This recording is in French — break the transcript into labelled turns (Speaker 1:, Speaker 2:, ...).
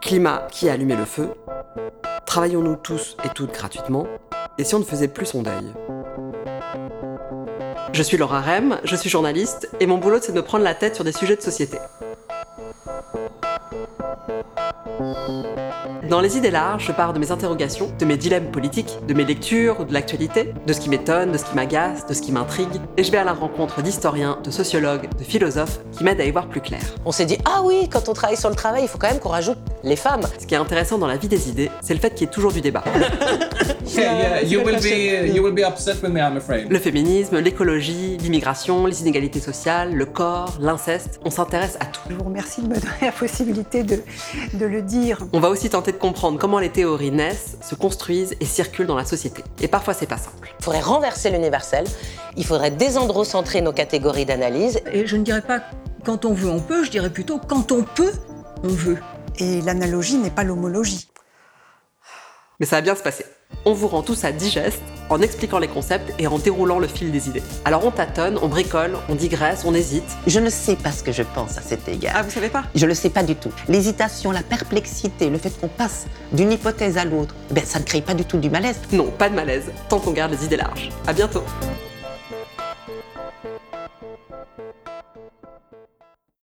Speaker 1: Climat qui a allumé le feu Travaillons-nous tous et toutes gratuitement Et si on ne faisait plus son deuil Je suis Laura Rem, je suis journaliste et mon boulot c'est de me prendre la tête sur des sujets de société. Dans les idées larges, je pars de mes interrogations, de mes dilemmes politiques, de mes lectures ou de l'actualité, de ce qui m'étonne, de ce qui m'agace, de ce qui m'intrigue, et je vais à la rencontre d'historiens, de sociologues, de philosophes qui m'aident à y voir plus clair.
Speaker 2: On s'est dit, ah oui, quand on travaille sur le travail, il faut quand même qu'on rajoute les femmes.
Speaker 1: Ce qui est intéressant dans la vie des idées, c'est le fait qu'il y ait toujours du débat.
Speaker 3: Yeah, yeah, you will be you will be upset with me, I'm afraid.
Speaker 1: Le féminisme, l'écologie, l'immigration, les inégalités sociales, le corps, l'inceste, on s'intéresse à tout.
Speaker 4: Je vous remercie de me donner la possibilité de, de le dire.
Speaker 1: On va aussi tenter de comprendre comment les théories naissent, se construisent et circulent dans la société. Et parfois, c'est pas simple.
Speaker 2: Il faudrait renverser l'universel, il faudrait désandrocentrer nos catégories d'analyse.
Speaker 5: Et je ne dirais pas quand on veut, on peut, je dirais plutôt quand on peut, on veut.
Speaker 4: Et l'analogie n'est pas l'homologie.
Speaker 1: Mais ça va bien se passer. On vous rend tous à digeste en expliquant les concepts et en déroulant le fil des idées. Alors on tâtonne, on bricole, on digresse, on hésite.
Speaker 2: Je ne sais pas ce que je pense à cet égard.
Speaker 1: Ah, vous savez pas
Speaker 2: Je le sais pas du tout. L'hésitation, la perplexité, le fait qu'on passe d'une hypothèse à l'autre, ben, ça ne crée pas du tout du malaise.
Speaker 1: Non, pas de malaise, tant qu'on garde les idées larges. À bientôt